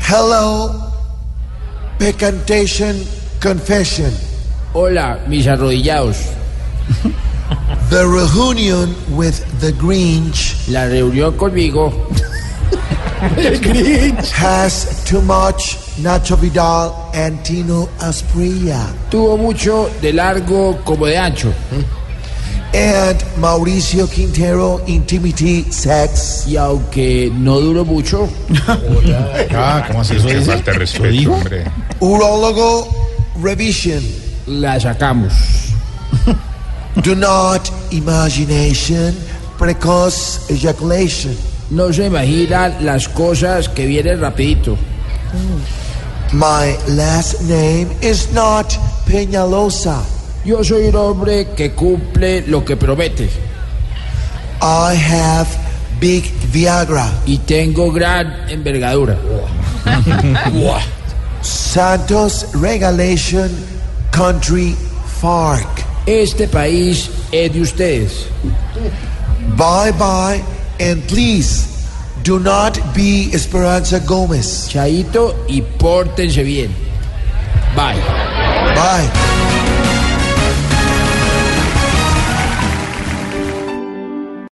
Hello, Pecantation Confession. Hola, mis arrodillados. The reunion with the Grinch La reunión conmigo. has too much Nacho Vidal and Tino Asprilla. Tuvo mucho de largo como de ancho. And Mauricio Quintero, Intimity Sex. Y aunque no duró mucho, Ah, ¿cómo así? Qué falta de respeto, hombre. Urologo Revision. la sacamos. Do not imagination. Precoce ejaculation. No se imaginan las cosas que vienen rapidito. My last name is not Peñalosa. Yo soy un hombre que cumple lo que promete I have big Viagra. y tengo gran envergadura. Santos Regulation Country Fark. Este país es de ustedes. Bye bye and please do not be Esperanza Gomez. Chaito y pórtense bien. Bye. Bye.